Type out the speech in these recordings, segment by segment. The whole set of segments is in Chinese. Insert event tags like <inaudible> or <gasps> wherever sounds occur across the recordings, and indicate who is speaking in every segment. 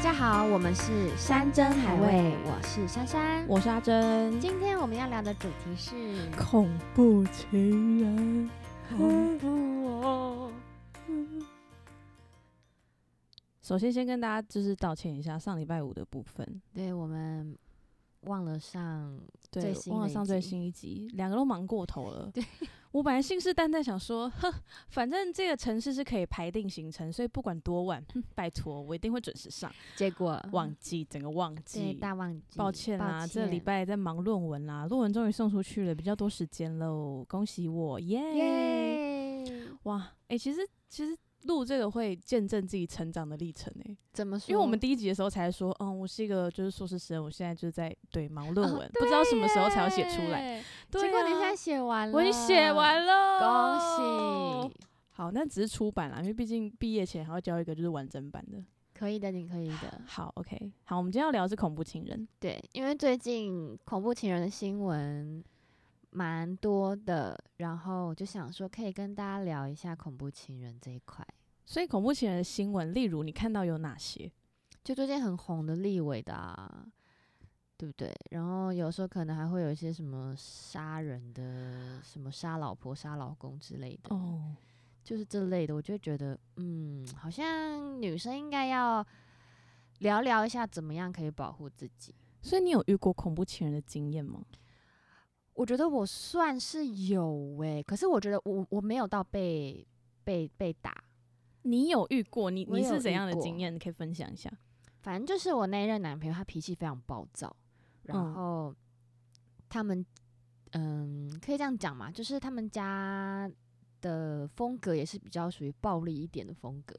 Speaker 1: 家好，我们是山珍海味，我是珊珊。
Speaker 2: 我是阿珍。
Speaker 1: 今天我们要聊的主题是
Speaker 2: 恐怖情人，
Speaker 1: 恐怖哦。
Speaker 2: 首先先跟大家就是道歉一下，上礼拜五的部分，
Speaker 1: 对我们忘了上，最
Speaker 2: 对，
Speaker 1: 新
Speaker 2: 忘了
Speaker 1: 的一
Speaker 2: 上最
Speaker 1: 集
Speaker 2: 新一集，两个都忙过头了。
Speaker 1: 对，
Speaker 2: 我本来信誓旦旦想说，哼，反正这个城市是可以排定行程，所以不管多晚，哼拜托我一定会准时上。
Speaker 1: 结果
Speaker 2: 忘记，整个
Speaker 1: 嗯
Speaker 2: 忘
Speaker 1: 对
Speaker 2: 记，
Speaker 1: 大忘记，
Speaker 2: 抱歉啦，这礼拜在忙论文啦，论文终于送出去了，比较多时间喽，恭喜我，耶、
Speaker 1: 耶，
Speaker 2: 哇，哎、其实其实录这个会见证自己成长的历程哎、
Speaker 1: 怎么说？
Speaker 2: 因为我们第一集的时候才说，嗯，我是一个就是硕士生，我现在就是在对忙论
Speaker 1: 哦
Speaker 2: 文、不知道什么时候才要写出来。
Speaker 1: 耶。
Speaker 2: 对、啊
Speaker 1: 结果你现在。写完了，
Speaker 2: 我已经写完了，
Speaker 1: 恭喜！！
Speaker 2: 好，那只是出版啦，因为毕竟毕业前还要交一个就是完整版的。
Speaker 1: 可以的，你可以的。
Speaker 2: 好，OK，好，我们今天要聊的是恐怖情人，
Speaker 1: 对，因为最近恐怖情人的新闻蛮多的，然后我就想说可以跟大家聊一下恐怖情人这一块。
Speaker 2: 所以恐怖情人的新闻，例如你看到有哪些？
Speaker 1: 就最近很红的立委的、啊，对不对？然后有时候可能还会有一些什么杀人的，什么杀老婆、杀老公之类的，
Speaker 2: 哦，
Speaker 1: 就是这类的，我就会觉得，嗯，好像女生应该要聊聊一下怎么样可以保护自己。
Speaker 2: 所以你有遇过恐怖情人的经验吗？
Speaker 1: 我觉得我算是有诶、可是我觉得我我没有到被被被打，
Speaker 2: 你有遇过？你
Speaker 1: 我
Speaker 2: 你
Speaker 1: 有
Speaker 2: 是怎
Speaker 1: 遇
Speaker 2: 样的
Speaker 1: 过
Speaker 2: 经验？你可以分享一下。
Speaker 1: 反正就是我那一任男朋友，他脾气非常暴躁，然
Speaker 2: 嗯
Speaker 1: 后他们，嗯，可以这样讲嘛，就是他们家的风格也是比较属于暴力一点的风格。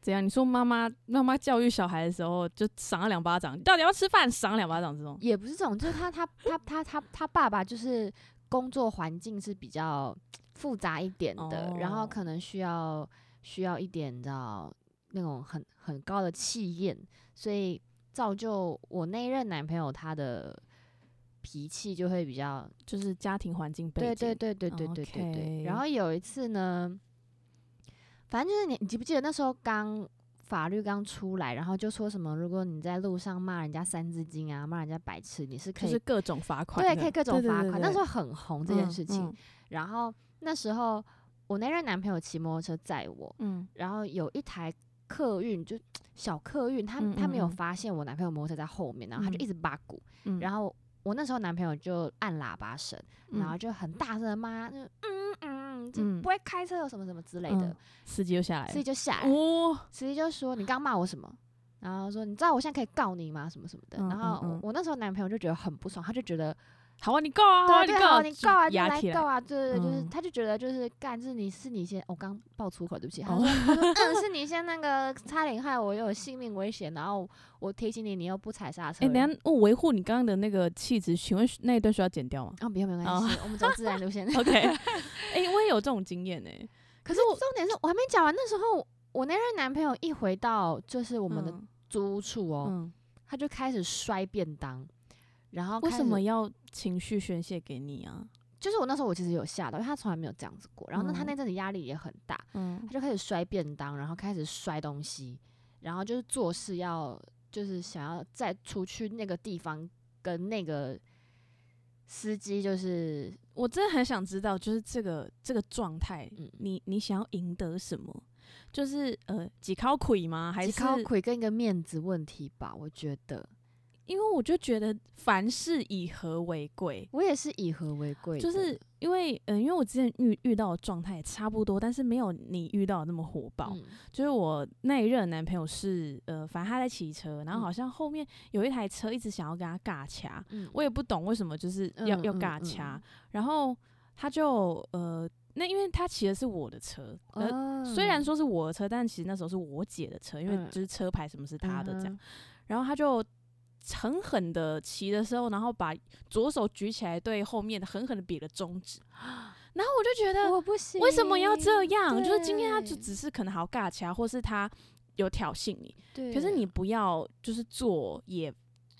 Speaker 2: 怎样？你说妈妈妈妈教育小孩的时候，就赏了两巴掌，你到底要吃饭？赏两巴掌这种。
Speaker 1: 也不是这种，就是他他他他他他爸爸就是工作环境是比较复杂一点的，然后
Speaker 2: 哦
Speaker 1: 可能需要需要一点你知道那种很很高的气焰，所以造就我那一任男朋友他的脾气就会比较
Speaker 2: 就是家庭环境
Speaker 1: 对
Speaker 2: 背景。
Speaker 1: 对对对对对对对。然
Speaker 2: OK
Speaker 1: 后有一次呢，反正就是你，你记不记得那时候刚法律刚出来，然后就说什么，如果你在路上骂人家三字经啊，骂人家白痴，你是可
Speaker 2: 就
Speaker 1: 以、
Speaker 2: 是各种罚款的。
Speaker 1: 对可以各种
Speaker 2: 对对
Speaker 1: 罚
Speaker 2: 对
Speaker 1: 款。那
Speaker 2: 对
Speaker 1: 时候很红这件
Speaker 2: 嗯
Speaker 1: 事情。
Speaker 2: 嗯
Speaker 1: 然后那时候我那任男朋友骑摩托车载我，
Speaker 2: 嗯
Speaker 1: 然后有一台客运就。小客运，他们
Speaker 2: 嗯
Speaker 1: 他没有
Speaker 2: 嗯嗯
Speaker 1: 发现我男朋友摩托车在后面，然后他就
Speaker 2: 嗯
Speaker 1: 一直扒鼓，
Speaker 2: 嗯
Speaker 1: 然后我那时候男朋友就按喇叭声，
Speaker 2: 嗯
Speaker 1: 然后就很大声的骂，就是嗯嗯，这
Speaker 2: 嗯
Speaker 1: 不会开车有什么什么之类的
Speaker 2: 嗯，司机就下来了。
Speaker 1: 司机就下来，
Speaker 2: 哦，
Speaker 1: 司机就说你刚骂我什么？然后说你知道我现在可以告你吗？什么什么的。
Speaker 2: 嗯
Speaker 1: 然后
Speaker 2: 嗯
Speaker 1: 我
Speaker 2: 嗯
Speaker 1: 我那时候男朋友就觉得很不爽，他就觉得
Speaker 2: 好啊，你告
Speaker 1: 对
Speaker 2: 啊，你
Speaker 1: 对
Speaker 2: 告
Speaker 1: 好
Speaker 2: 啊，
Speaker 1: 你
Speaker 2: 就
Speaker 1: 告啊，你
Speaker 2: 压
Speaker 1: 来
Speaker 2: 起
Speaker 1: 告啊，对对对，就是
Speaker 2: 嗯
Speaker 1: 他就觉得就是干，是你是你先，我刚爆粗口，对不起，他
Speaker 2: 哦
Speaker 1: 说他
Speaker 2: <laughs>
Speaker 1: 说嗯是你先那个差点害我有性命危险，然后我提醒你，你又不踩刹车。
Speaker 2: 哎，等
Speaker 1: 然后
Speaker 2: 一下，我维护你刚刚的那个气质，请问那一段需要剪 <laughs> 掉吗
Speaker 1: 哦，没有没有
Speaker 2: 哦
Speaker 1: 关系，我们走自然路
Speaker 2: <laughs>
Speaker 1: 线。
Speaker 2: ？OK，哎，我也有这种经验哎。
Speaker 1: 可是重点是我还没讲完，那时候我那任男朋友一回到就是我
Speaker 2: 我
Speaker 1: 们的租屋处哦，
Speaker 2: 嗯，
Speaker 1: 他就开始摔便当，然后
Speaker 2: 为
Speaker 1: 哦开
Speaker 2: 什
Speaker 1: 始
Speaker 2: 么要情绪宣泄给你啊？
Speaker 1: 就是我那时候我其实有吓到，因为他从来没有这样子过。然后呢，他
Speaker 2: 嗯
Speaker 1: 那阵子压力也很大，
Speaker 2: 嗯
Speaker 1: 他，就开始摔便当，然后开始摔东西，然后就是做事要就是想要再出去那个地方跟那个司机就是
Speaker 2: 我真的很想知道，就是这个这个状态，
Speaker 1: 嗯
Speaker 2: 你你想要赢得什么？就是呃，几考魁吗？还
Speaker 1: 只
Speaker 2: 是
Speaker 1: 靠腿跟一个面子问题吧，我觉得
Speaker 2: 因为我就觉得凡事以和为贵，
Speaker 1: 我也是以和为贵的，
Speaker 2: 就是因为嗯、呃因为我之前遇遇到的状态也差不多，但是没有你遇到的那么火爆。
Speaker 1: 嗯
Speaker 2: 就是我那一任男朋友是呃，反正他在骑车，然后
Speaker 1: 嗯
Speaker 2: 好像后面有一台车一直想要跟他尬掐，
Speaker 1: 嗯
Speaker 2: 我也不懂为什么就是要、
Speaker 1: 嗯
Speaker 2: 要
Speaker 1: 嗯
Speaker 2: 尬
Speaker 1: 嗯
Speaker 2: 掐，然后他就呃，那因为他骑的是我的车，呃，
Speaker 1: 哦
Speaker 2: 虽然说是我的车，但其实那时候是我姐的车，因为
Speaker 1: 嗯
Speaker 2: 就是车牌什么是她的这样。
Speaker 1: 嗯
Speaker 2: 然后他就狠狠的骑的时候，然后把左手举起来，对后面的狠狠的比了中
Speaker 1: <gasps>
Speaker 2: 指。然后我就觉
Speaker 1: 哼
Speaker 2: 得，
Speaker 1: 我不行，
Speaker 2: 为什么要这样？就是今天他就
Speaker 1: 对
Speaker 2: 只是可能好尬掐，或是他有挑衅你，
Speaker 1: 对，啊
Speaker 2: 可是你不要就是做也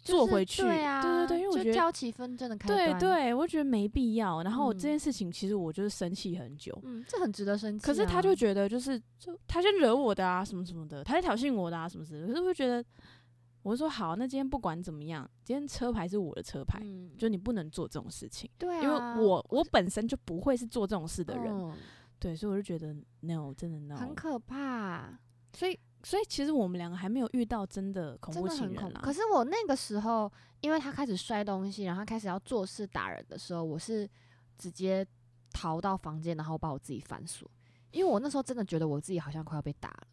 Speaker 1: 就
Speaker 2: 做
Speaker 1: 是
Speaker 2: 回去。
Speaker 1: 对啊，
Speaker 2: 对对对，因为我
Speaker 1: 就
Speaker 2: 觉得。
Speaker 1: 挑起纷争的开
Speaker 2: 对
Speaker 1: 端，，
Speaker 2: 对，我觉得没必要。然后这
Speaker 1: 嗯
Speaker 2: 件事情，其实我就是生气很久，
Speaker 1: 嗯，这很值得生气啊。
Speaker 2: 可是他就觉得就是就他先惹我的啊，什么什么的，他在挑衅我的啊，什么什么的，可是我就觉得我就说好，那今天不管怎么样，今天车牌是我的车牌，
Speaker 1: 嗯，
Speaker 2: 就你不能做这种事情，
Speaker 1: 对啊，
Speaker 2: 因为我我本身就不会是做这种事的人，
Speaker 1: 嗯
Speaker 2: 对，所以我就觉得 no，真的 no，
Speaker 1: 很可怕，
Speaker 2: 所以所以其实我们两个还没有遇到真的恐
Speaker 1: 真
Speaker 2: 怖
Speaker 1: 的
Speaker 2: 情
Speaker 1: 很
Speaker 2: 人
Speaker 1: 恐
Speaker 2: 啊，
Speaker 1: 可是我那个时候，因为他开始摔东西，然后他开始要做事打人的时候，我是直接逃到房间，然后把我自己反锁，因为我那时候真的觉得我自己好像快要被打了。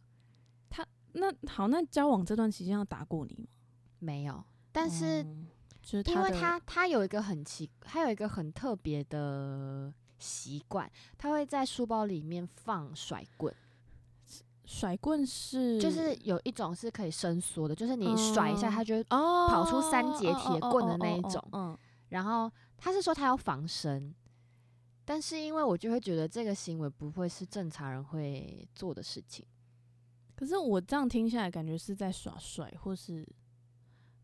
Speaker 2: 那好，那交往这段期间要打过你吗？
Speaker 1: 没有，但是
Speaker 2: 嗯就是
Speaker 1: 因为
Speaker 2: 的
Speaker 1: 他他有一个很奇，他有一个很特别的习惯，他会在书包里面放甩棍，
Speaker 2: 甩棍是
Speaker 1: 就是有一种是可以伸缩的，就是你甩一下，
Speaker 2: 嗯
Speaker 1: 他就会，
Speaker 2: 哦
Speaker 1: 跑出三节
Speaker 2: 哦
Speaker 1: 铁
Speaker 2: 哦
Speaker 1: 棍
Speaker 2: 哦
Speaker 1: 的那
Speaker 2: 哦
Speaker 1: 一
Speaker 2: 哦
Speaker 1: 种
Speaker 2: 嗯，
Speaker 1: 然后他是说他要防身，但是因为我就会觉得这个行为不会是正常人会做的事情，
Speaker 2: 可是我这样听下来，感觉是在耍帅，或是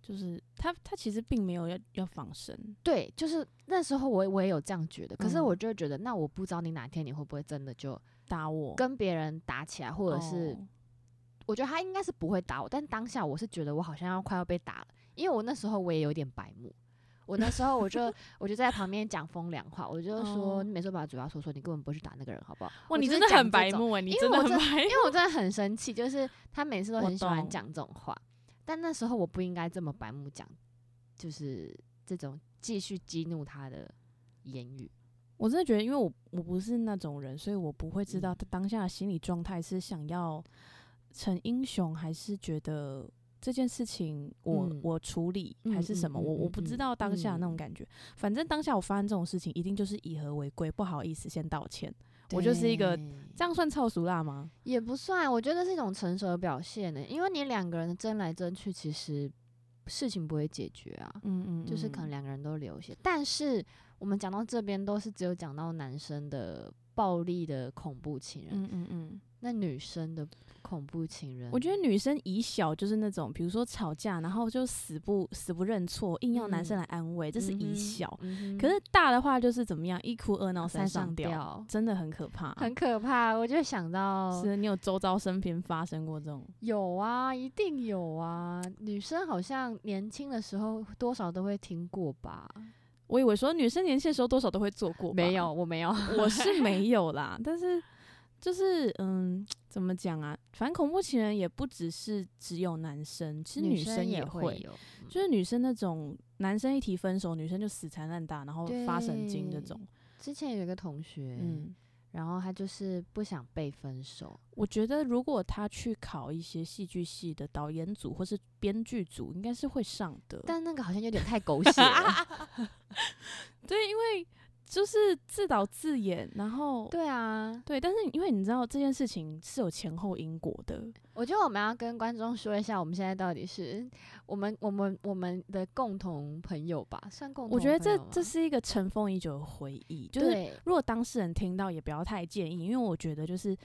Speaker 2: 就是他他其实并没有要要防身，
Speaker 1: 对，就是那时候我我也有这样觉得，可是
Speaker 2: 嗯
Speaker 1: 我就会觉得，那我不知道你哪天你会不会真的就
Speaker 2: 打我，
Speaker 1: 跟别人打起来，或者是
Speaker 2: 哦
Speaker 1: 我觉得他应该是不会打我，但当下我是觉得我好像要快要被打了，因为我那时候我也有点白目。我那时候我
Speaker 2: <laughs>
Speaker 1: 就我就在旁边讲风凉话，我就说、
Speaker 2: 哦
Speaker 1: 你每次把嘴巴说说，你根本不会去打那个人，好不好？
Speaker 2: 哇，你
Speaker 1: 就是
Speaker 2: 真的
Speaker 1: 讲
Speaker 2: 很
Speaker 1: 这
Speaker 2: 白
Speaker 1: 种
Speaker 2: 目哎，你
Speaker 1: 因为
Speaker 2: 真的
Speaker 1: 我
Speaker 2: 很
Speaker 1: 真
Speaker 2: 白
Speaker 1: 因为我真的很生气，就是他每次都
Speaker 2: 我
Speaker 1: 很喜欢
Speaker 2: 懂
Speaker 1: 讲这种话，但那时候我不应该这么白目讲，就是这种继续激怒他的言语。
Speaker 2: 我真的觉得，因为我我不是那种人，所以我不会知道
Speaker 1: 嗯
Speaker 2: 他当下的心理状态是想要逞英雄，还是觉得这件事情我、
Speaker 1: 嗯
Speaker 2: 我处理
Speaker 1: 嗯
Speaker 2: 还是什么，
Speaker 1: 嗯嗯
Speaker 2: 我我
Speaker 1: 嗯
Speaker 2: 不知
Speaker 1: 嗯
Speaker 2: 道当下的那种
Speaker 1: 嗯
Speaker 2: 感觉。反正当下我发生这种事情，一定就是以和为贵，不好意思，先道歉。我就是一个
Speaker 1: 对
Speaker 2: 这样算超俗辣吗？
Speaker 1: 也不算，我觉得是一种成熟的表现呢，因为你两个人争来争去，其实事情不会解决啊，
Speaker 2: 嗯嗯，
Speaker 1: 就是可能两个人都流血。但是我们讲到这边都是只有讲到男生的暴力的恐怖情人，
Speaker 2: 嗯嗯嗯，
Speaker 1: 那女生的恐怖情人，
Speaker 2: 我觉得女生以小就是那种，比如说吵架，然后就死不死不认错，硬要男生
Speaker 1: 嗯
Speaker 2: 来安慰，这是以小。
Speaker 1: 嗯哼，
Speaker 2: 可是大的话就是怎么样，一哭二闹
Speaker 1: 山
Speaker 2: 上吊，
Speaker 1: 吊，
Speaker 2: 真的很可怕。
Speaker 1: 很可怕。我就想到
Speaker 2: 是你有周遭身边发生过这种？
Speaker 1: 有啊，一定有啊。女生好像年轻的时候多少都会听过吧？
Speaker 2: 我以为说女生年轻的时候多少都会做过，
Speaker 1: 没，有，我没有。
Speaker 2: 我是没
Speaker 1: <laughs>
Speaker 2: 有啦。但是就是嗯，怎么讲啊？反正恐怖情人也不只是只有男生， <laughs> 其实
Speaker 1: 女
Speaker 2: 生
Speaker 1: 也
Speaker 2: 会，
Speaker 1: 有，
Speaker 2: 就是女生那种男生一提分手，女生就死缠烂打，然后发神经这
Speaker 1: 对
Speaker 2: 种。
Speaker 1: 之前有一个同学，
Speaker 2: 嗯，
Speaker 1: 然后他就是不想被分手， <laughs>
Speaker 2: 我觉得如果他去考一些戏剧系的导演组或是编剧组，应该是会上的。
Speaker 1: 但那个好像有点太狗血
Speaker 2: <laughs>
Speaker 1: 了。
Speaker 2: 对，因为就是自导自演，然后
Speaker 1: 对啊，
Speaker 2: 对但是因为你知道这件事情是有前后因果的，
Speaker 1: 我觉得我们要跟观众说一下，我们现在到底是我们我们我们的共同朋友吧，算共同
Speaker 2: 我觉得
Speaker 1: 朋
Speaker 2: 这
Speaker 1: 友
Speaker 2: 这
Speaker 1: 吗
Speaker 2: 是一个尘封已久的回忆，就是
Speaker 1: 对
Speaker 2: 如果当事人听到也不要太介意，因为我觉得就是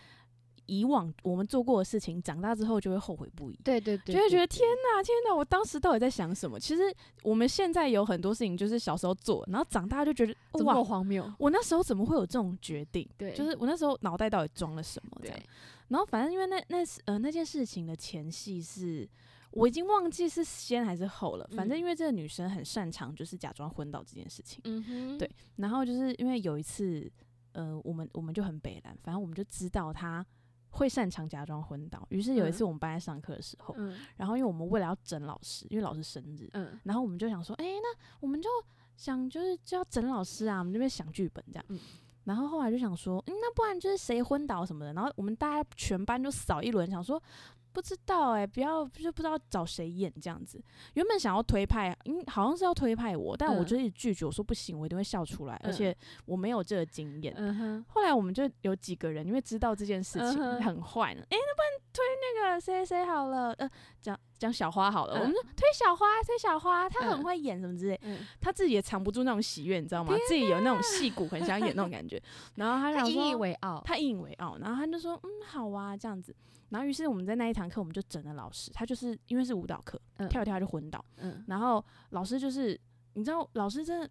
Speaker 2: 以往我们做过的事情，长大之后就会后悔不已。
Speaker 1: 对对对，
Speaker 2: 就会觉
Speaker 1: 对
Speaker 2: 得天哪，天哪！我当时到底在想什么？其实我们现在有很多事情就是小时候做，然后长大就觉得
Speaker 1: 怎么那么
Speaker 2: 哇，
Speaker 1: 荒谬？
Speaker 2: 我那时候怎么会有这种决定？
Speaker 1: 对，
Speaker 2: 就是我那时候脑袋到底装了什么？这样。
Speaker 1: 对，
Speaker 2: 然后反正因为那那是呃那件事情的前戏是，我已经忘记是先还是后了。反
Speaker 1: 嗯
Speaker 2: 正因为这个女生很擅长就是假装昏倒这件事情。
Speaker 1: 嗯哼，
Speaker 2: 对然后就是因为有一次，呃，我们我们就很北蓝，反正我们就知道她会擅长假装昏倒。于是有一次我们班在上课的时候，
Speaker 1: 嗯
Speaker 2: 然后因为我们为了要整老师，因为老师生日，
Speaker 1: 嗯
Speaker 2: 然后我们就想说，哎、那我们就想就是就要整老师啊，我们这边想剧本这样。
Speaker 1: 嗯
Speaker 2: 然后后来就想说，嗯，那不然就是谁昏倒什么的，然后我们大家全班就扫一轮，想说不知道哎、不要就不知道找谁演这样子。原本想要推派，嗯，好像是要推派我，但我
Speaker 1: 嗯
Speaker 2: 就一直拒绝，我说不行，我一定会笑出来，而
Speaker 1: 嗯
Speaker 2: 且我没有这个经验。
Speaker 1: 嗯哼，
Speaker 2: 后来我们就有几个人，因为知道这件事情、
Speaker 1: 嗯哼
Speaker 2: 很坏呢，哎、那不然推那个谁谁好了，呃，讲讲小花好了，
Speaker 1: 嗯
Speaker 2: 我们就推小花，推小花，她很
Speaker 1: 嗯
Speaker 2: 会演什么之类，
Speaker 1: 嗯，
Speaker 2: 她自己也藏不住那种喜悦，你知道吗？自己有那种戏骨很想演那种感觉，然后她
Speaker 1: 他
Speaker 2: 想
Speaker 1: 引以
Speaker 2: 说。
Speaker 1: 为傲，
Speaker 2: 她引以为傲，然后她就说：“嗯，好啊，这样子。”然后于是我们在那一堂课，我们就整了老师。她就是因为是舞蹈课，
Speaker 1: 嗯
Speaker 2: 跳一跳她就昏倒。
Speaker 1: 嗯
Speaker 2: 然后老师就是，你知道，老师真的，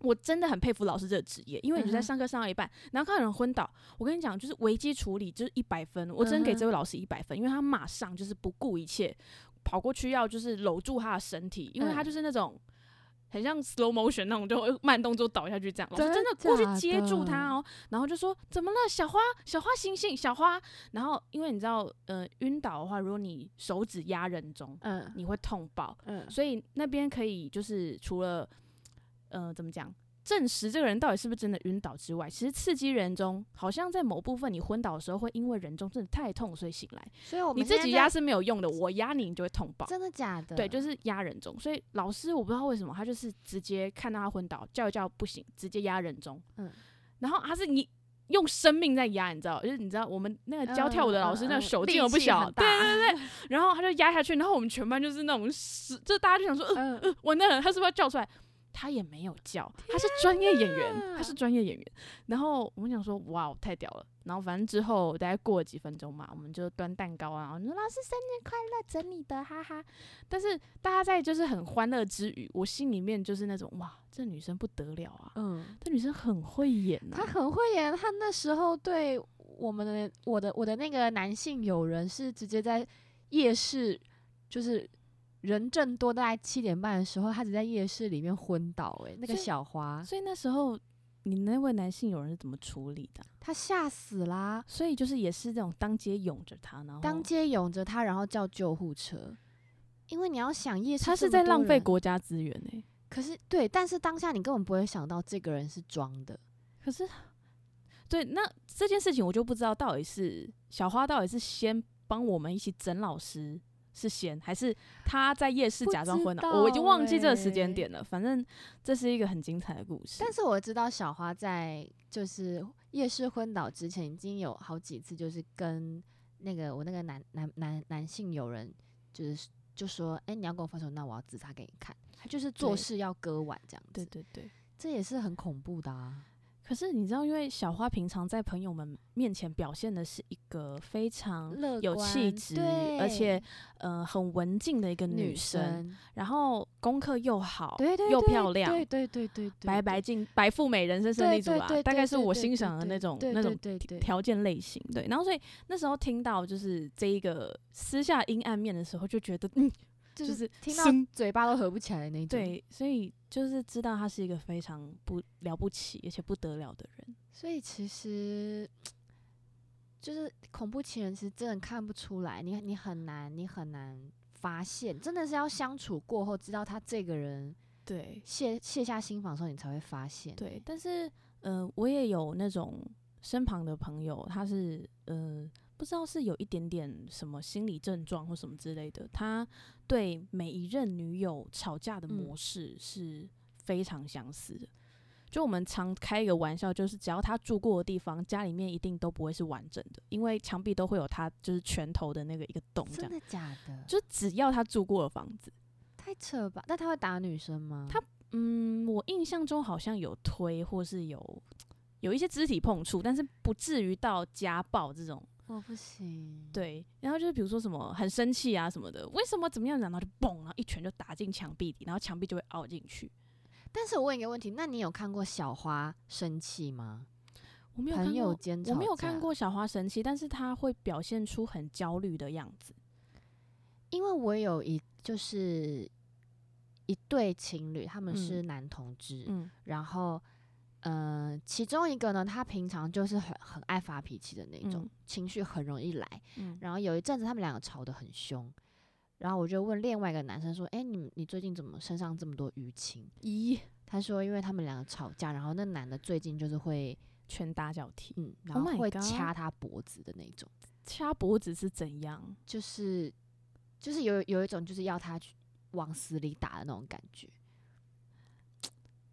Speaker 2: 我真的很佩服老师这个职业，因为你就
Speaker 1: 嗯
Speaker 2: 在
Speaker 1: 哼
Speaker 2: 上课上到一半，然后看到有人昏倒，我跟你讲，就是危机处理就是一百分，我真给
Speaker 1: 嗯哼
Speaker 2: 这位老师一百分，因为他马上就是不顾一切。跑过去要就是搂住他的身体，因为他
Speaker 1: 嗯
Speaker 2: 就是那种很像 slow motion 那种，就会慢动作倒下去这样。老师
Speaker 1: 真
Speaker 2: 真的过去
Speaker 1: 假
Speaker 2: 接住
Speaker 1: 的
Speaker 2: 他哦，然后就说怎么了，小花，小花醒醒，小花。然后因为你知道，呃，晕倒的话，如果你手指压人中，
Speaker 1: 嗯
Speaker 2: 你会痛爆，
Speaker 1: 嗯，
Speaker 2: 所以那边可以就是除了，呃，怎么讲？证实这个人到底是不是真的晕倒之外，其实刺激人中，好像在某部分你昏倒的时候，会因为人中真的太痛，所以醒来。
Speaker 1: 所以我们
Speaker 2: 你自
Speaker 1: 现
Speaker 2: 己
Speaker 1: 在
Speaker 2: 压
Speaker 1: 在
Speaker 2: 是没有用的，我压你，你就会痛爆。
Speaker 1: 真的假的？
Speaker 2: 对，就是压人中。所以老师我不知道为什么他就是直接看到他昏倒，叫一叫不行，直接压人中。
Speaker 1: 嗯
Speaker 2: 然后他是你用生命在压，你知道，就是你知道我们那个教跳舞的老
Speaker 1: 嗯
Speaker 2: 师、
Speaker 1: 嗯
Speaker 2: 那个
Speaker 1: 嗯
Speaker 2: 手
Speaker 1: 力
Speaker 2: 劲有不
Speaker 1: 气
Speaker 2: 小，
Speaker 1: 很
Speaker 2: 对
Speaker 1: 大
Speaker 2: 对对。然后他就压下去，然后我们全班就是那种死，就大家就想说，呃，
Speaker 1: 嗯，
Speaker 2: 完蛋了，他是不是要叫出来？他也没有叫，他是专业演员，
Speaker 1: 哪
Speaker 2: 他是专业演员。然后我们想说，哇，太屌了。然后反正之后大概过了几分钟嘛，我们就端蛋糕啊，然后说老师生日快乐，整你的，哈哈。但是大家在就是很欢乐之余，我心里面就是那种哇，这女生不得了啊，
Speaker 1: 嗯，
Speaker 2: 这女生很会演
Speaker 1: 他
Speaker 2: 啊。
Speaker 1: 很会演，他那时候对我们的我的我的那个男性友人是直接在夜市，就是人正多，大概七点半的时候，他只在夜市里面昏倒、欸，那个
Speaker 2: 所以
Speaker 1: 小花，
Speaker 2: 所以那时候你那位男性友人是怎么处理的啊？
Speaker 1: 他吓死啦，
Speaker 2: 所以就是也是这种当街拥着他，然后
Speaker 1: 当街拥着他，然后叫救护车。因为你要想夜市，
Speaker 2: 他是在浪费。国家资源哎、
Speaker 1: 可是对，但是当下你根本不会想到这个人是装的，
Speaker 2: 可是，对，那这件事情我就不知道到底是小花到底是先帮我们一起整老师是先，还是她在夜市
Speaker 1: 不
Speaker 2: 假装
Speaker 1: 知
Speaker 2: 昏倒？我已经
Speaker 1: 道
Speaker 2: 忘记这个时
Speaker 1: 欸
Speaker 2: 间点了。反正这是一个很精彩的故事。
Speaker 1: 但是我知道小花在就是夜市昏倒之前，已经有好几次就是跟那个我那个男男男男性友人，就是就说，哎、你要跟我分手，那我要自杀给你看。他就是做
Speaker 2: 对
Speaker 1: 事要割腕这样
Speaker 2: 对
Speaker 1: 子，
Speaker 2: 对对。
Speaker 1: 这也是很恐怖的啊。
Speaker 2: 可是你知道，因为小花平常在朋友们面前表现的是一个非常
Speaker 1: 乐
Speaker 2: 嗯有气
Speaker 1: 观
Speaker 2: 质，而且
Speaker 1: 对
Speaker 2: 呃很文静的一个
Speaker 1: 嗯女
Speaker 2: 生，
Speaker 1: 生，
Speaker 2: 然后功课又好，
Speaker 1: 对对
Speaker 2: 又
Speaker 1: 对
Speaker 2: 漂亮，
Speaker 1: 对对对对对，
Speaker 2: 白白净白富美人生胜利
Speaker 1: 对
Speaker 2: 组
Speaker 1: 对
Speaker 2: 啊
Speaker 1: 对，
Speaker 2: 大概
Speaker 1: 对
Speaker 2: 是
Speaker 1: 对
Speaker 2: 我
Speaker 1: 对
Speaker 2: 欣
Speaker 1: 对
Speaker 2: 赏的
Speaker 1: 对
Speaker 2: 那种
Speaker 1: 对
Speaker 2: 那
Speaker 1: 对
Speaker 2: 种
Speaker 1: 对对
Speaker 2: 条件类型。对，然后所以那时候听到就是这一个私下阴暗面的时候，就觉得嗯，
Speaker 1: 就
Speaker 2: 就是是
Speaker 1: 听到
Speaker 2: 生
Speaker 1: 嘴巴都合不起来的那种。，
Speaker 2: 对，所以就是知道他是一个非常不了不起而且不得了的人。
Speaker 1: 所以其实就是恐怖情人，其实真的看不出来，你你很难，你很难发现，真的是要相处过后，知道他这个人
Speaker 2: 对
Speaker 1: 卸卸下心防的时候，你才会发现。
Speaker 2: 对，，但是呃，我也有那种身旁的朋友，他是呃。不知道是有一点点什么心理症状或什么之类的，他对每一任女友吵架的
Speaker 1: 嗯
Speaker 2: 模式是非常相似的。就我们常开一个玩笑，就是只要他住过的地方，家里面一定都不会是完整的，因为墙壁都会有他就是拳头的那个一个洞这
Speaker 1: 真
Speaker 2: 样。
Speaker 1: 的假的？
Speaker 2: 就只要他住过的房子，
Speaker 1: 太扯吧？那他会打女生吗？
Speaker 2: 他嗯，我印象中好像有推或是有有一些肢体碰触，但是不至于到家暴这种。
Speaker 1: 我不行。，
Speaker 2: 对，然后就是比如说什么很生气啊什么的，为什么怎么样，然后就嘣，然后一拳就打进墙壁里，然后墙壁就会凹进去。
Speaker 1: 但是我问一个问题，那你有看过小花生气吗？
Speaker 2: 我没有看
Speaker 1: 朋友
Speaker 2: 过，
Speaker 1: 间
Speaker 2: 我没
Speaker 1: 吵
Speaker 2: 有看
Speaker 1: 架
Speaker 2: 过小花生气，但是她会表现出很焦虑的样子。
Speaker 1: 因为我有一就是一对情侣，他们
Speaker 2: 嗯
Speaker 1: 是男同志，
Speaker 2: 嗯，
Speaker 1: 然后，呃，其中一个呢，他平常就是很很爱发脾气的那种，
Speaker 2: 嗯
Speaker 1: 情绪很容易来。
Speaker 2: 嗯
Speaker 1: 然后有一阵子他们两个吵得很凶，然后我就问另外一个男生说：“哎、你你最近怎么身上这么多淤青
Speaker 2: 咦，？”
Speaker 1: 他说：“因为他们两个吵架，然后那男的最近就是会，
Speaker 2: 拳打脚踢，
Speaker 1: 嗯，然
Speaker 2: Oh
Speaker 1: 后
Speaker 2: my
Speaker 1: 会
Speaker 2: God
Speaker 1: 掐他脖子的那种，
Speaker 2: 掐脖子是怎样？
Speaker 1: 就是就是有有一种就是要他去往死里打的那种感觉。”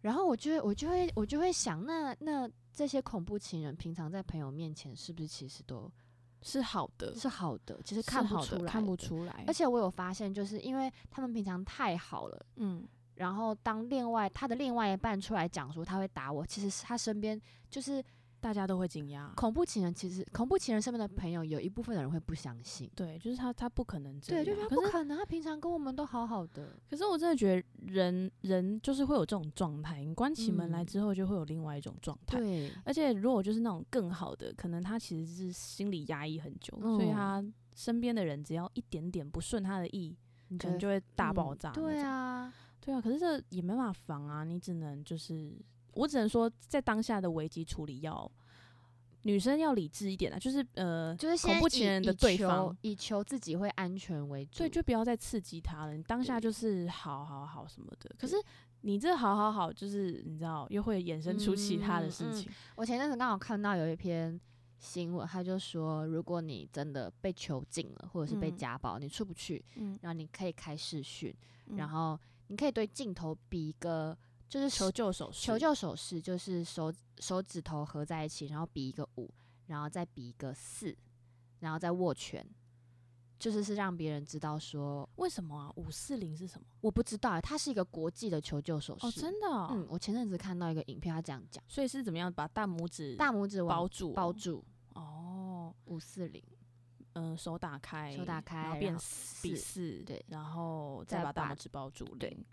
Speaker 1: 然后我就会，我就会，我就会想，那那这些恐怖情人平常在朋友面前是不是其实都
Speaker 2: 是好的，
Speaker 1: 呃是好的？其实
Speaker 2: 是
Speaker 1: 看不
Speaker 2: 好
Speaker 1: 出
Speaker 2: 的
Speaker 1: 来，
Speaker 2: 看不。出来。
Speaker 1: 而，且我有发现，就是因为他们平常太好了，
Speaker 2: 嗯，
Speaker 1: 然后当另外他的另外一半出来讲说他会打我，其实是他身边就是
Speaker 2: 大家都会惊讶。啊
Speaker 1: 恐怖情人，其实恐怖情人身边的朋友有一部分的人会不相信，
Speaker 2: 对，就是他，他不可能这
Speaker 1: 对，
Speaker 2: 样。
Speaker 1: 就觉得
Speaker 2: 可
Speaker 1: 不
Speaker 2: 是，
Speaker 1: 可能，他平常跟我们都好好的，
Speaker 2: 可是我真的觉得人，人就是会有这种状态。你关起门来
Speaker 1: 嗯
Speaker 2: 之后，就会有另外一种状态。
Speaker 1: 对，
Speaker 2: 而且如果就是那种更好的，可能他其实是心里压抑很久，所以
Speaker 1: 嗯
Speaker 2: 他身边的人只要一点点不顺他的意，
Speaker 1: 你
Speaker 2: 可
Speaker 1: 就
Speaker 2: 能
Speaker 1: 会
Speaker 2: 就会大
Speaker 1: 嗯
Speaker 2: 爆炸、那
Speaker 1: 对
Speaker 2: 种
Speaker 1: 啊，
Speaker 2: 对啊，可是这也没办法防啊，你只能就是，我只能说，在当下的危机处理要女生要理智一点啊，就是呃，
Speaker 1: 就是
Speaker 2: 恐
Speaker 1: 先
Speaker 2: 怖
Speaker 1: 以
Speaker 2: 情人的
Speaker 1: 以
Speaker 2: 对
Speaker 1: 求
Speaker 2: 方
Speaker 1: 以求自己会安全为主。
Speaker 2: 对，就不要再刺激他了。你当下就是好好好什么的，可是你这好好好，就是你知道，又会衍生出其他的
Speaker 1: 嗯
Speaker 2: 事
Speaker 1: 嗯
Speaker 2: 情。
Speaker 1: 我前阵子刚好看到有一篇新闻，他就说，如果你真的被囚禁了，或者是被
Speaker 2: 嗯
Speaker 1: 家暴，你出不去，
Speaker 2: 嗯，
Speaker 1: 然后你可以开视讯，
Speaker 2: 嗯
Speaker 1: 然后你可以对镜头比一个就是
Speaker 2: 求
Speaker 1: 手
Speaker 2: 救手势，
Speaker 1: 求救手势，就是手手指头合在一起，然后比一个五，然后再比一个四，然后再握拳，就是是让别人知道说
Speaker 2: 为什么啊？五四零是什么？
Speaker 1: 我不知道欸，它是一个国际的求救手势。
Speaker 2: 哦，真的、哦，
Speaker 1: 嗯，我前阵子看到一个影片，他这样讲，
Speaker 2: 所以是怎么样把大拇指
Speaker 1: 大拇指往
Speaker 2: 包住
Speaker 1: 包
Speaker 2: 哦
Speaker 1: 住
Speaker 2: 哦，
Speaker 1: 五四零，
Speaker 2: 嗯、手打开，
Speaker 1: 手打
Speaker 2: 然
Speaker 1: 开，
Speaker 2: 后变
Speaker 1: 后
Speaker 2: 比
Speaker 1: 四，
Speaker 2: 四，
Speaker 1: 对
Speaker 2: 然后再
Speaker 1: 再
Speaker 2: 把大
Speaker 1: 把
Speaker 2: 拇指包住零。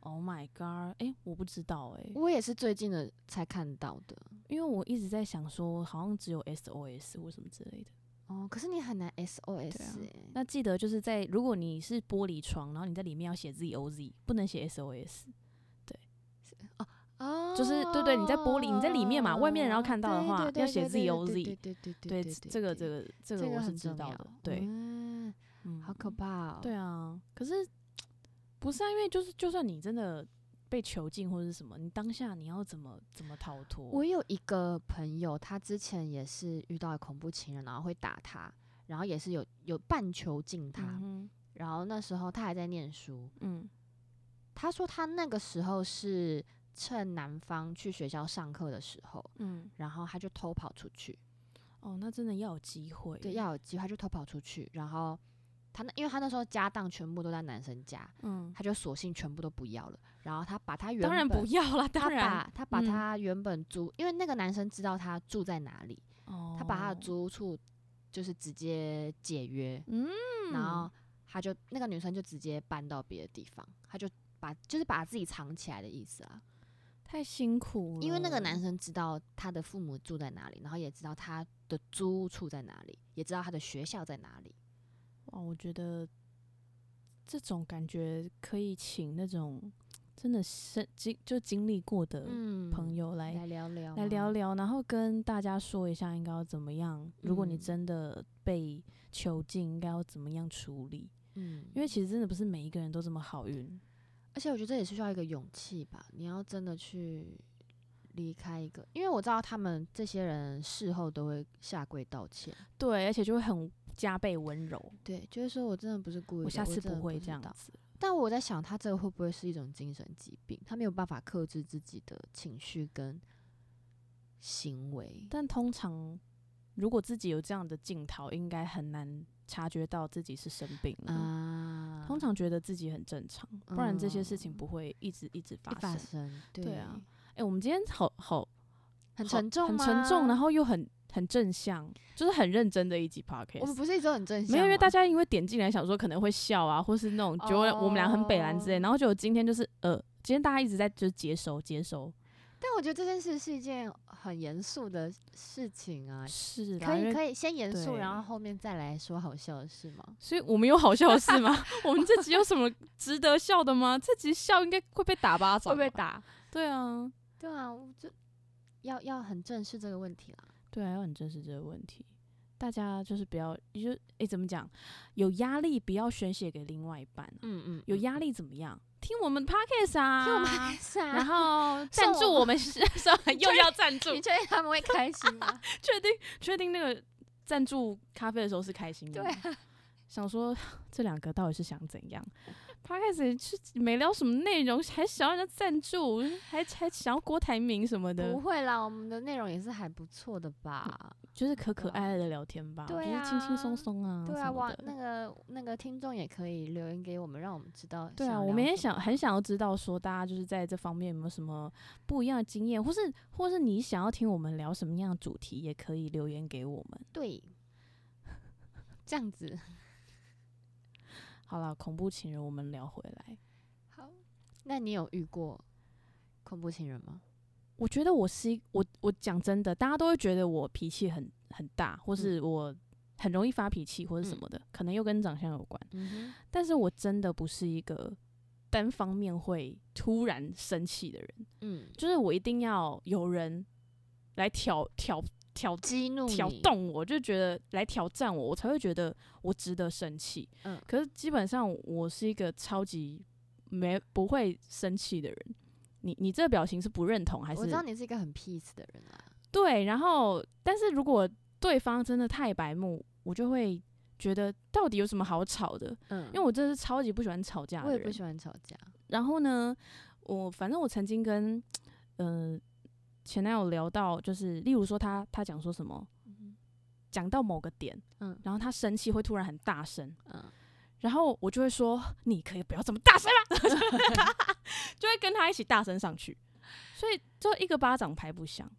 Speaker 2: Oh my god！哎、我不知道哎、
Speaker 1: 我也是最近的才看到的
Speaker 2: 因为我一直在想说，好像只有 SOS 或什么之类的。
Speaker 1: 哦。可是你很难 SOS，、欸
Speaker 2: 啊那记得就是在如果你是玻璃窗，然后你在里面要写 ZOZ，不能写 SOS，
Speaker 1: 哦
Speaker 2: 就是对对你在玻璃你在里面嘛外面人要看到的
Speaker 1: 对
Speaker 2: 话
Speaker 1: 对对
Speaker 2: 要
Speaker 1: 对
Speaker 2: 写
Speaker 1: 对
Speaker 2: ZOZ
Speaker 1: 对对对
Speaker 2: 对，
Speaker 1: 对，
Speaker 2: 这个这
Speaker 1: 对
Speaker 2: 个这
Speaker 1: 对这
Speaker 2: 个我是
Speaker 1: 很
Speaker 2: 知
Speaker 1: 重
Speaker 2: 道
Speaker 1: 要
Speaker 2: 的，对，
Speaker 1: 嗯，
Speaker 2: 嗯，
Speaker 1: 好可怕哦。
Speaker 2: 对啊，可是不是啊？因为就是就算你真的被囚禁或者是什么，你当下你要怎么怎么逃脱？
Speaker 1: 我有一个朋友，他之前也是遇到恐怖情人，然后会打他，然后也是有有半囚禁他，
Speaker 2: 嗯哼
Speaker 1: 然后那时候他还在念书，
Speaker 2: 嗯
Speaker 1: 他说他那个时候是趁男方去学校上课的时候，
Speaker 2: 嗯，
Speaker 1: 然后他就偷跑出去，
Speaker 2: 哦，那真的要有机会，
Speaker 1: 对，，要有机会他就偷跑出去，然后他那因为他那时候家当全部都在男生家，
Speaker 2: 嗯，
Speaker 1: 他就索性全部都不要了，然后他把他原本
Speaker 2: 当然不要啦，
Speaker 1: 他
Speaker 2: 当然，
Speaker 1: 把他把
Speaker 2: 嗯
Speaker 1: 他原本租，因为那个男生知道他住在哪里，
Speaker 2: 哦
Speaker 1: 他把他的，租屋处就是直接解约，
Speaker 2: 嗯，
Speaker 1: 然后他就那个女生就直接搬到别的地方，他就把就是把自己藏起来的意思啊。
Speaker 2: 太辛苦了，
Speaker 1: 因为那个男生知道他的父母住在哪里，然后也知道他的租屋处在哪里，也知道他的学校在哪里。
Speaker 2: 哇，哦我觉得这种感觉可以请那种真的是经就经历过的
Speaker 1: 嗯，
Speaker 2: 朋友来
Speaker 1: 来聊聊，啊
Speaker 2: 来聊。聊，然后跟大家说一下应该要怎么样。如果你
Speaker 1: 嗯
Speaker 2: 真的被囚禁，应该要怎么样处理？
Speaker 1: 嗯，
Speaker 2: 因为其实真的不是每一个人都这么好运。
Speaker 1: 而且我觉得这也是需要一个勇气吧，你要真的去离开一个，因为我知道他们这些人事后都会下跪道歉，
Speaker 2: 对，而且就会很加倍温柔。
Speaker 1: 对，就是说我真的不是故意的，
Speaker 2: 我下次
Speaker 1: 真的
Speaker 2: 不
Speaker 1: 不
Speaker 2: 会
Speaker 1: 知
Speaker 2: 这样
Speaker 1: 道
Speaker 2: 子。
Speaker 1: 但我在想，他这个会不会是一种精神疾病？他没有办法克制自己的情绪跟行为。
Speaker 2: 但通常如果自己有这样的镜头，应该很难察觉到自己是生病了。
Speaker 1: 啊，
Speaker 2: 嗯通常觉得自己很正常，不然这些事情
Speaker 1: 嗯
Speaker 2: 不会一直一直发
Speaker 1: 一
Speaker 2: 生
Speaker 1: 发。生，对
Speaker 2: 对啊，哎、我们今天好好
Speaker 1: 很
Speaker 2: 好
Speaker 1: 沉重，
Speaker 2: 很沉重，然。后又很很正向，就是很认真的一集 podcast。
Speaker 1: 我们不是一直都很正向吗，
Speaker 2: 没有，因为大家因为点进来想说可能会笑啊，或是那种觉得我们俩很北蓝之类，
Speaker 1: 哦
Speaker 2: 然后就有今天就是呃，今天大家一直在就是接收接收，
Speaker 1: 但我觉得这件事是一件很严肃的事情啊，
Speaker 2: 是啦，
Speaker 1: 可
Speaker 2: 因
Speaker 1: 以
Speaker 2: 为
Speaker 1: 可以先严肃，然
Speaker 2: 对
Speaker 1: 后后面再来说好笑的事吗？
Speaker 2: 所以我们有好笑的事吗？ <laughs> 我们这集有什么值得笑的吗？这集笑应该会被打巴掌，？
Speaker 1: 打？
Speaker 2: 对啊，
Speaker 1: 对啊，我就要要很正视这个问题啦。
Speaker 2: 对啊，要很正视这个问题。大家就是不要，就诶、怎么讲？有压力不要宣泄给另外一半啊、
Speaker 1: 嗯嗯
Speaker 2: 有压
Speaker 1: 力，
Speaker 2: 力怎么样？听我们 podcast 啊，
Speaker 1: 听我们 <laughs> 是啊，
Speaker 2: 然
Speaker 1: <laughs>
Speaker 2: 后赞
Speaker 1: 送
Speaker 2: 助
Speaker 1: 我
Speaker 2: 我们， <laughs>
Speaker 1: <laughs>
Speaker 2: 又要赞助
Speaker 1: 你，确定他们会开心吗？
Speaker 2: <laughs> 确定确定那个赞助咖啡的时候是开心的
Speaker 1: 对
Speaker 2: 吗，
Speaker 1: 啊，
Speaker 2: 想说这两个到底是想怎样？podcast 是没聊什么内容，还想要人家赞助，还还想要郭台铭什么的
Speaker 1: 不，会啦，我们 <laughs> 的嗯内容也是还不错的吧？
Speaker 2: 就是可可爱爱的聊天吧，
Speaker 1: 啊对
Speaker 2: 就是轻轻松
Speaker 1: 啊
Speaker 2: 松啊，
Speaker 1: 对啊，
Speaker 2: 什么
Speaker 1: 哇
Speaker 2: 的，
Speaker 1: 那个那个听众也可以留言给我们，让我们知道。
Speaker 2: 对啊，我们也想很想要知道说大家就是在这方面有没有什么不一样的经验，或是或是你想要听我们聊什么样的主题，也可以留言给我们。
Speaker 1: 对， <laughs> 这样子
Speaker 2: 好了，恐怖情人我们聊回来，
Speaker 1: 好。那你有遇过恐怖情人吗？
Speaker 2: 我觉
Speaker 1: 嗯
Speaker 2: 得我是一我我讲真的，大家都会觉得我脾气很很大，或是我很容易发脾气或者什么的，可能又跟长相有关。
Speaker 1: 嗯
Speaker 2: 但是我真的不是一个单方面会突然生气的人，
Speaker 1: 哼，嗯，
Speaker 2: 就是我一定要有人来挑挑挑
Speaker 1: 激怒
Speaker 2: 挑
Speaker 1: 你，
Speaker 2: 动我，就觉得来挑战我，我才会觉得我值得生气。
Speaker 1: 嗯
Speaker 2: 可是基本上我是一个超级没不会生气的人。你你这个表情是不认同还是？
Speaker 1: 我知道你是一个很 peace 的人啊，
Speaker 2: 对，然后但是如果对方真的太白目，我就会觉得到底有什么好吵的？
Speaker 1: 嗯，
Speaker 2: 因为我真的是超级不喜欢吵架
Speaker 1: 我
Speaker 2: 的
Speaker 1: 也不
Speaker 2: 人。
Speaker 1: 喜欢吵架，
Speaker 2: 然后呢，我反正我曾经跟嗯、呃前男友聊到，就是例如说他他讲说什么，
Speaker 1: 嗯
Speaker 2: 讲到某个点，
Speaker 1: 嗯
Speaker 2: 然后他生气会突然很大声，
Speaker 1: 嗯
Speaker 2: 然后我就会说你可以不要这么大声吗？ <laughs> 就会跟他一起大声上去，所以就一个巴掌拍不响。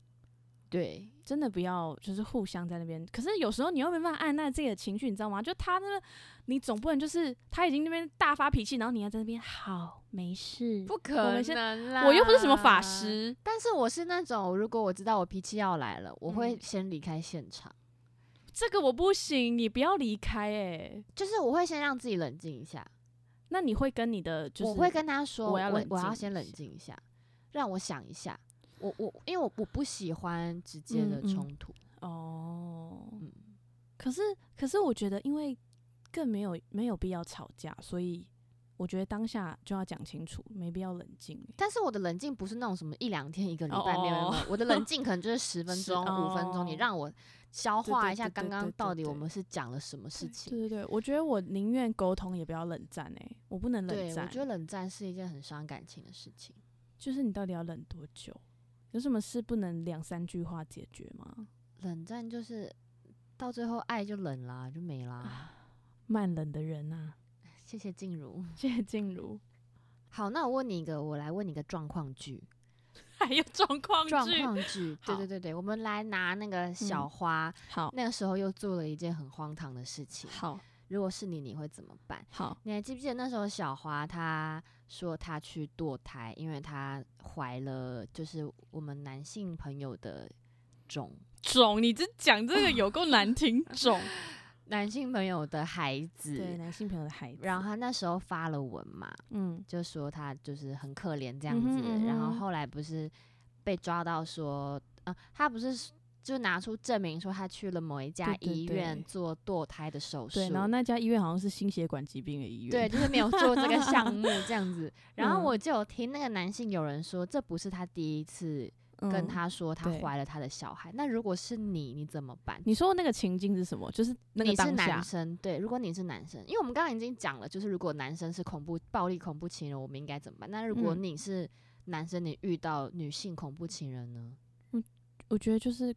Speaker 1: 对，
Speaker 2: 真的不要就是互相在那边。可是有时候你又没办法按捺自己的情绪，你知道吗？就他那个，你总不能就是他已经那边大发脾气，然后你还在那边好没事。
Speaker 1: 不可
Speaker 2: 们先
Speaker 1: 能啦，
Speaker 2: 我又不是什么法。师，
Speaker 1: 但是我是那种，如果我知道我脾气要来了，我会
Speaker 2: 嗯
Speaker 1: 先离开现场，
Speaker 2: 这个我不行，你不要离开哎、
Speaker 1: 就是我会先让自己冷静一下，
Speaker 2: 那你会跟你的就是
Speaker 1: 我会跟他说，
Speaker 2: 我
Speaker 1: 我
Speaker 2: 要冷
Speaker 1: 我要
Speaker 2: 静
Speaker 1: 先
Speaker 2: 一
Speaker 1: 冷
Speaker 2: 下
Speaker 1: 静一下，让我想一下。我我因为我我不喜欢直接
Speaker 2: 嗯
Speaker 1: 的
Speaker 2: 嗯
Speaker 1: 冲突，
Speaker 2: 哦，
Speaker 1: 嗯
Speaker 2: 可是可是我觉得因为更没有没有必要吵架，所以我觉得当下就要讲清楚，没必要冷静、欸。
Speaker 1: 但是我的冷静不是那种什么一两天、一个礼拜，没有没有，没有我的冷静可能就是十分
Speaker 2: 哦是
Speaker 1: 钟、五分钟，你
Speaker 2: 哦
Speaker 1: 让我消
Speaker 2: 对
Speaker 1: 化
Speaker 2: 对
Speaker 1: 一下
Speaker 2: 对对
Speaker 1: 刚
Speaker 2: 对
Speaker 1: 刚
Speaker 2: 对
Speaker 1: 到底我
Speaker 2: 对
Speaker 1: 们是讲了什么事情。
Speaker 2: 对对对，我觉得我宁愿沟通也不要冷战哎、我不能冷
Speaker 1: 对，
Speaker 2: 战。
Speaker 1: 我觉得冷战是一件很伤感情的事情。
Speaker 2: 就是你到底要冷多久？有什么事不能两三句话解决吗？
Speaker 1: 冷战就是到最后爱就冷啦，就没
Speaker 2: 啊
Speaker 1: 啦。
Speaker 2: 慢冷的人啊，
Speaker 1: 谢谢静茹。
Speaker 2: 谢谢静茹。 <laughs>
Speaker 1: 好，那我问你一个，我来问你一个状况剧。
Speaker 2: 还有状况
Speaker 1: 状
Speaker 2: 剧，
Speaker 1: 况
Speaker 2: <laughs>
Speaker 1: 剧，对
Speaker 2: 好嗯
Speaker 1: 对对对，我们来拿那个小花，
Speaker 2: 好
Speaker 1: 那个时候又做了一件很荒唐的事情。
Speaker 2: 好
Speaker 1: 如果是你，你会怎么办？
Speaker 2: 好，
Speaker 1: 你还记不记得那时候小花她说她去堕胎，因为她怀了就是我们男性朋友的种，
Speaker 2: 种，你这讲这个有够
Speaker 1: <laughs>
Speaker 2: 难听，种。
Speaker 1: 男性朋友的孩
Speaker 2: 对，
Speaker 1: 子。
Speaker 2: 男性朋友的孩子，
Speaker 1: 然后她那时候发了文嘛，
Speaker 2: 嗯，
Speaker 1: 就说她就是很可怜这样子。
Speaker 2: 嗯哼嗯哼
Speaker 1: 然后后来不是被抓到说，啊，她不是就拿出证明说她去了某一家
Speaker 2: 对对
Speaker 1: 医院
Speaker 2: 对
Speaker 1: 做堕胎的手术，
Speaker 2: 对，然后那家医院好像是心血管疾病的医院，
Speaker 1: 对，就是没有做这个项
Speaker 2: <laughs>
Speaker 1: 目这样子。然后
Speaker 2: 嗯
Speaker 1: 我就有听那个男性有人说，这不是他第一次
Speaker 2: 嗯，
Speaker 1: 跟他说他
Speaker 2: 对
Speaker 1: 怀了他的小孩。那如果是你，你怎么办？
Speaker 2: 你说的那个情境是什么？就是那个
Speaker 1: 你是
Speaker 2: 当下
Speaker 1: 男，生，对，如果你是男生，因为我们刚刚已经讲了，就是如果男生是恐怖暴力恐怖情人，我们应该怎么办？那如果
Speaker 2: 嗯
Speaker 1: 你是男生，你遇到女性恐怖情人呢？
Speaker 2: 我觉得就是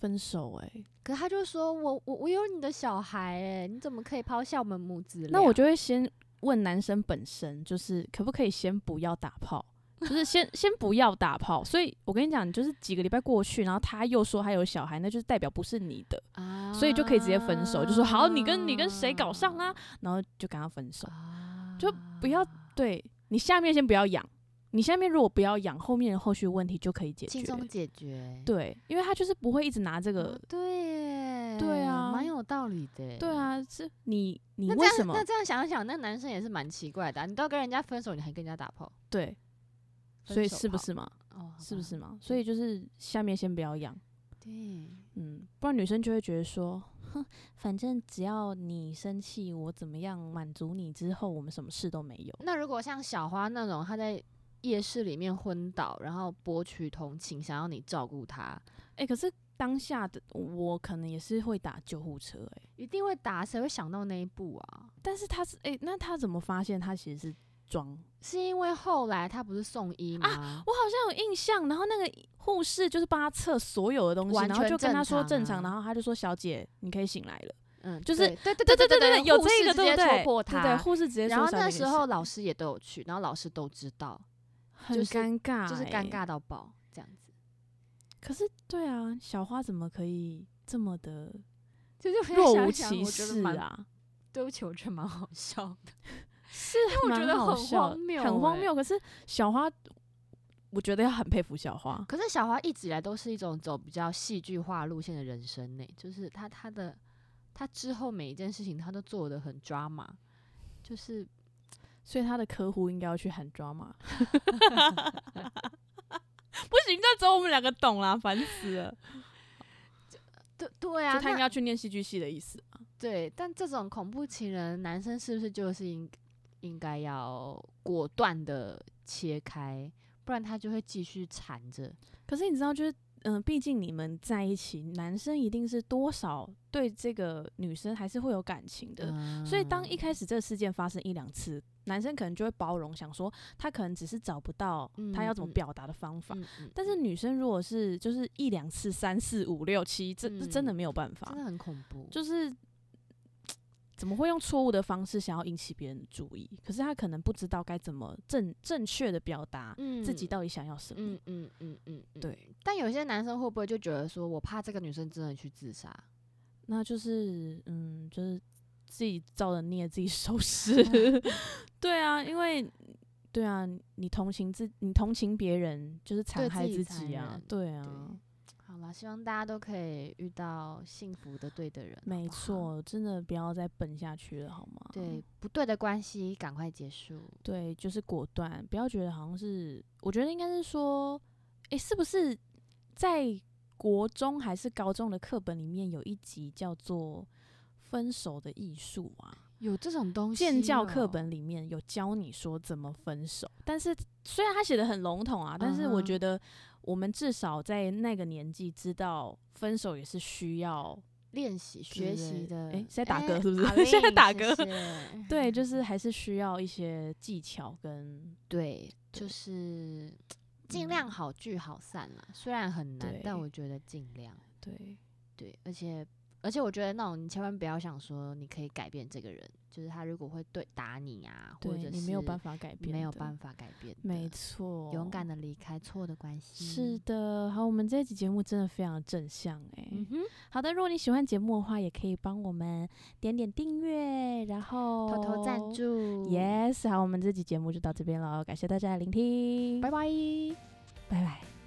Speaker 2: 分手哎、
Speaker 1: 可他就说我我我有你的小孩哎、你怎么可以抛下我们母子俩？
Speaker 2: 那我就会先问男生本身，就是可不可以先不要打炮，就是先先不要打炮。所以我跟你讲，你就是几个礼拜过去，然后他又说他有小孩，那就是代表不是你的，
Speaker 1: 啊，
Speaker 2: 所以就可以直接分手，就说好，你跟你跟谁搞上啦、然后就跟他分手。
Speaker 1: 啊，
Speaker 2: 就不要对你下面先不要养，你下面如果不要养，后面的后续问题就可以解哦决
Speaker 1: 轻。松解决。
Speaker 2: 对，因为他就是不会一直拿这
Speaker 1: 啊
Speaker 2: 个。
Speaker 1: 对耶
Speaker 2: 对啊
Speaker 1: 蛮有道理的耶。
Speaker 2: 对啊，是你你
Speaker 1: 那
Speaker 2: 为
Speaker 1: 这
Speaker 2: 什
Speaker 1: 样，
Speaker 2: 么
Speaker 1: 那这样想想，那男生也是蛮奇怪的啊、你都要跟人家分手，你还跟人家打炮，
Speaker 2: 对？
Speaker 1: 分
Speaker 2: 所以
Speaker 1: 手
Speaker 2: 是不
Speaker 1: 炮
Speaker 2: 是嘛？
Speaker 1: 哦，好
Speaker 2: 是不
Speaker 1: 吧
Speaker 2: 是？嘛？所以就是下面先不要养。
Speaker 1: 对，
Speaker 2: 嗯，不然女生就会觉得说，哼，反正只要你生气，我怎么样满足你之后，我们什么事都没有。
Speaker 1: 那如果像小花那种，她在夜市里面昏倒，然后博取同情，想要你照顾她，
Speaker 2: 诶，可是当下的我可能也是会打救护车、诶，
Speaker 1: 一定会打，谁会想到那一步啊？
Speaker 2: 但是他是诶，那他怎么发现他其实是装？我
Speaker 1: 是因为后来她不是送医吗？
Speaker 2: 好像有印象，然后那个护士就是帮他测所有的东西，
Speaker 1: 完
Speaker 2: 然后
Speaker 1: 全
Speaker 2: 就跟他
Speaker 1: 正
Speaker 2: 说
Speaker 1: 常
Speaker 2: 正
Speaker 1: 啊
Speaker 2: 常，然后他就说小姐，你可以醒来了。
Speaker 1: 嗯，
Speaker 2: 就是
Speaker 1: 对对
Speaker 2: 对
Speaker 1: 对
Speaker 2: 对
Speaker 1: 对，
Speaker 2: 对，有
Speaker 1: 护
Speaker 2: 这
Speaker 1: 士
Speaker 2: 个
Speaker 1: 直接
Speaker 2: 对不
Speaker 1: 戳
Speaker 2: 对？
Speaker 1: 破
Speaker 2: 对
Speaker 1: 她。
Speaker 2: 对，护士直接
Speaker 1: 然
Speaker 2: 说
Speaker 1: 后
Speaker 2: 小姐
Speaker 1: 那
Speaker 2: 你
Speaker 1: 时
Speaker 2: 醒
Speaker 1: 候老师也都有去，然后老师都知道，
Speaker 2: 很
Speaker 1: 就是
Speaker 2: 尴尬、
Speaker 1: 就是尴
Speaker 2: 诶
Speaker 1: 尬到爆这样子，
Speaker 2: 可是，对啊，小花怎么可以这么的
Speaker 1: <laughs> 就是
Speaker 2: 若无其事
Speaker 1: 啊。
Speaker 2: 啊？
Speaker 1: 对不起，我觉得蛮好笑的。 <laughs>
Speaker 2: 是
Speaker 1: 我觉
Speaker 2: <laughs> 蛮
Speaker 1: 得
Speaker 2: 好
Speaker 1: 很
Speaker 2: 笑
Speaker 1: 荒谬
Speaker 2: 很荒
Speaker 1: 欸
Speaker 2: 谬。可是小花，我觉得要很佩服小花。
Speaker 1: 可是小花一直以来都是一种走比较戏剧化路线的人生呢、就是她她的他之后每一件事情他都做的很 drama，就是
Speaker 2: 所以他的客户应该要去喊抓马。 <laughs> 不行，这只有我们两个懂啦，烦死了。
Speaker 1: 对对啊，
Speaker 2: 就他应
Speaker 1: 那
Speaker 2: 该要去念戏剧系的意思。
Speaker 1: 对，但这种恐怖情人，男生是不是就是应应该要果断的切开，不然他就会继续缠着。
Speaker 2: 可是你知道，就是嗯、呃毕竟你们在一起，男生一定是多少对这个女生还是会有感情的。所以当一开始这个事件发生一两次，男生可能就会包容，想说他可能只是找不到他要怎么
Speaker 1: 嗯嗯
Speaker 2: 表达的方法。
Speaker 1: 嗯嗯
Speaker 2: 但是
Speaker 1: 嗯
Speaker 2: 女生如果是就是一两次、三四五六七，这这真的
Speaker 1: 嗯
Speaker 2: 没有办法
Speaker 1: 真，的很恐怖，
Speaker 2: 就是怎么会用错误的方式想要引起别人的注意？可是他可能不知道该怎么正正确的表达
Speaker 1: 嗯
Speaker 2: 自己到底想要什么
Speaker 1: 嗯。嗯嗯嗯嗯，
Speaker 2: 对。
Speaker 1: 但有些男生会不会就觉得说，我怕这个女生真的去自杀？
Speaker 2: 那就是嗯，就是自己造的孽自己收
Speaker 1: <laughs>
Speaker 2: 拾。对啊，因为对啊，你同情自你同情别人就是残
Speaker 1: 对
Speaker 2: 害
Speaker 1: 自己残
Speaker 2: 己啊
Speaker 1: 忍，
Speaker 2: 对啊。
Speaker 1: 对，好啦，希望大家都可以遇到幸福的对的人，好
Speaker 2: 没
Speaker 1: 不好。
Speaker 2: 错，真的不要再笨下去了，好吗？
Speaker 1: 对不对的关系，赶快结束。
Speaker 2: 对，就是果断，不要觉得好像是，我觉得应该是说，诶，是不是在国中还是高中的课本里面有一集叫做《分手的艺术》啊？
Speaker 1: 有这种东西、哦
Speaker 2: 建教课本里面有教你说怎么分手，但是虽然他写的很笼统啊，但是我
Speaker 1: 嗯哼
Speaker 2: 觉得我们至少在那个年纪知道分手也是需要，
Speaker 1: 练习学习的。
Speaker 2: 诶是在打嗝
Speaker 1: 诶
Speaker 2: 是不是
Speaker 1: 阿
Speaker 2: <laughs> 现在
Speaker 1: 令
Speaker 2: 打
Speaker 1: 谢
Speaker 2: 嗝
Speaker 1: 谢
Speaker 2: 对，就是还是需要一些技巧跟
Speaker 1: 对，就
Speaker 2: 对
Speaker 1: 是尽
Speaker 2: 嗯
Speaker 1: 量好聚好散啦。虽然很难，但
Speaker 2: 对
Speaker 1: 我觉得尽量
Speaker 2: 对
Speaker 1: 对，而且。而且我觉得那种你千万不要想说你可以改变这个人，就是他如果会对打你啊，或
Speaker 2: 对，
Speaker 1: 者
Speaker 2: 你没有办
Speaker 1: 法
Speaker 2: 法改变的，
Speaker 1: 没有办法改变的，
Speaker 2: 没错，
Speaker 1: 勇敢的嗯离开错的关系。
Speaker 2: 哦是，的，好，我们这一期节目真的非常正向哎、
Speaker 1: 嗯哼，
Speaker 2: 好的，如果你喜欢节目的话，也可以帮我们点点订阅，然后
Speaker 1: 偷偷赞。
Speaker 2: 哦
Speaker 1: 助，，
Speaker 2: Yes，好，我们这期节目就到这边了，感谢大家的聆听，
Speaker 1: 拜拜。
Speaker 2: 拜拜。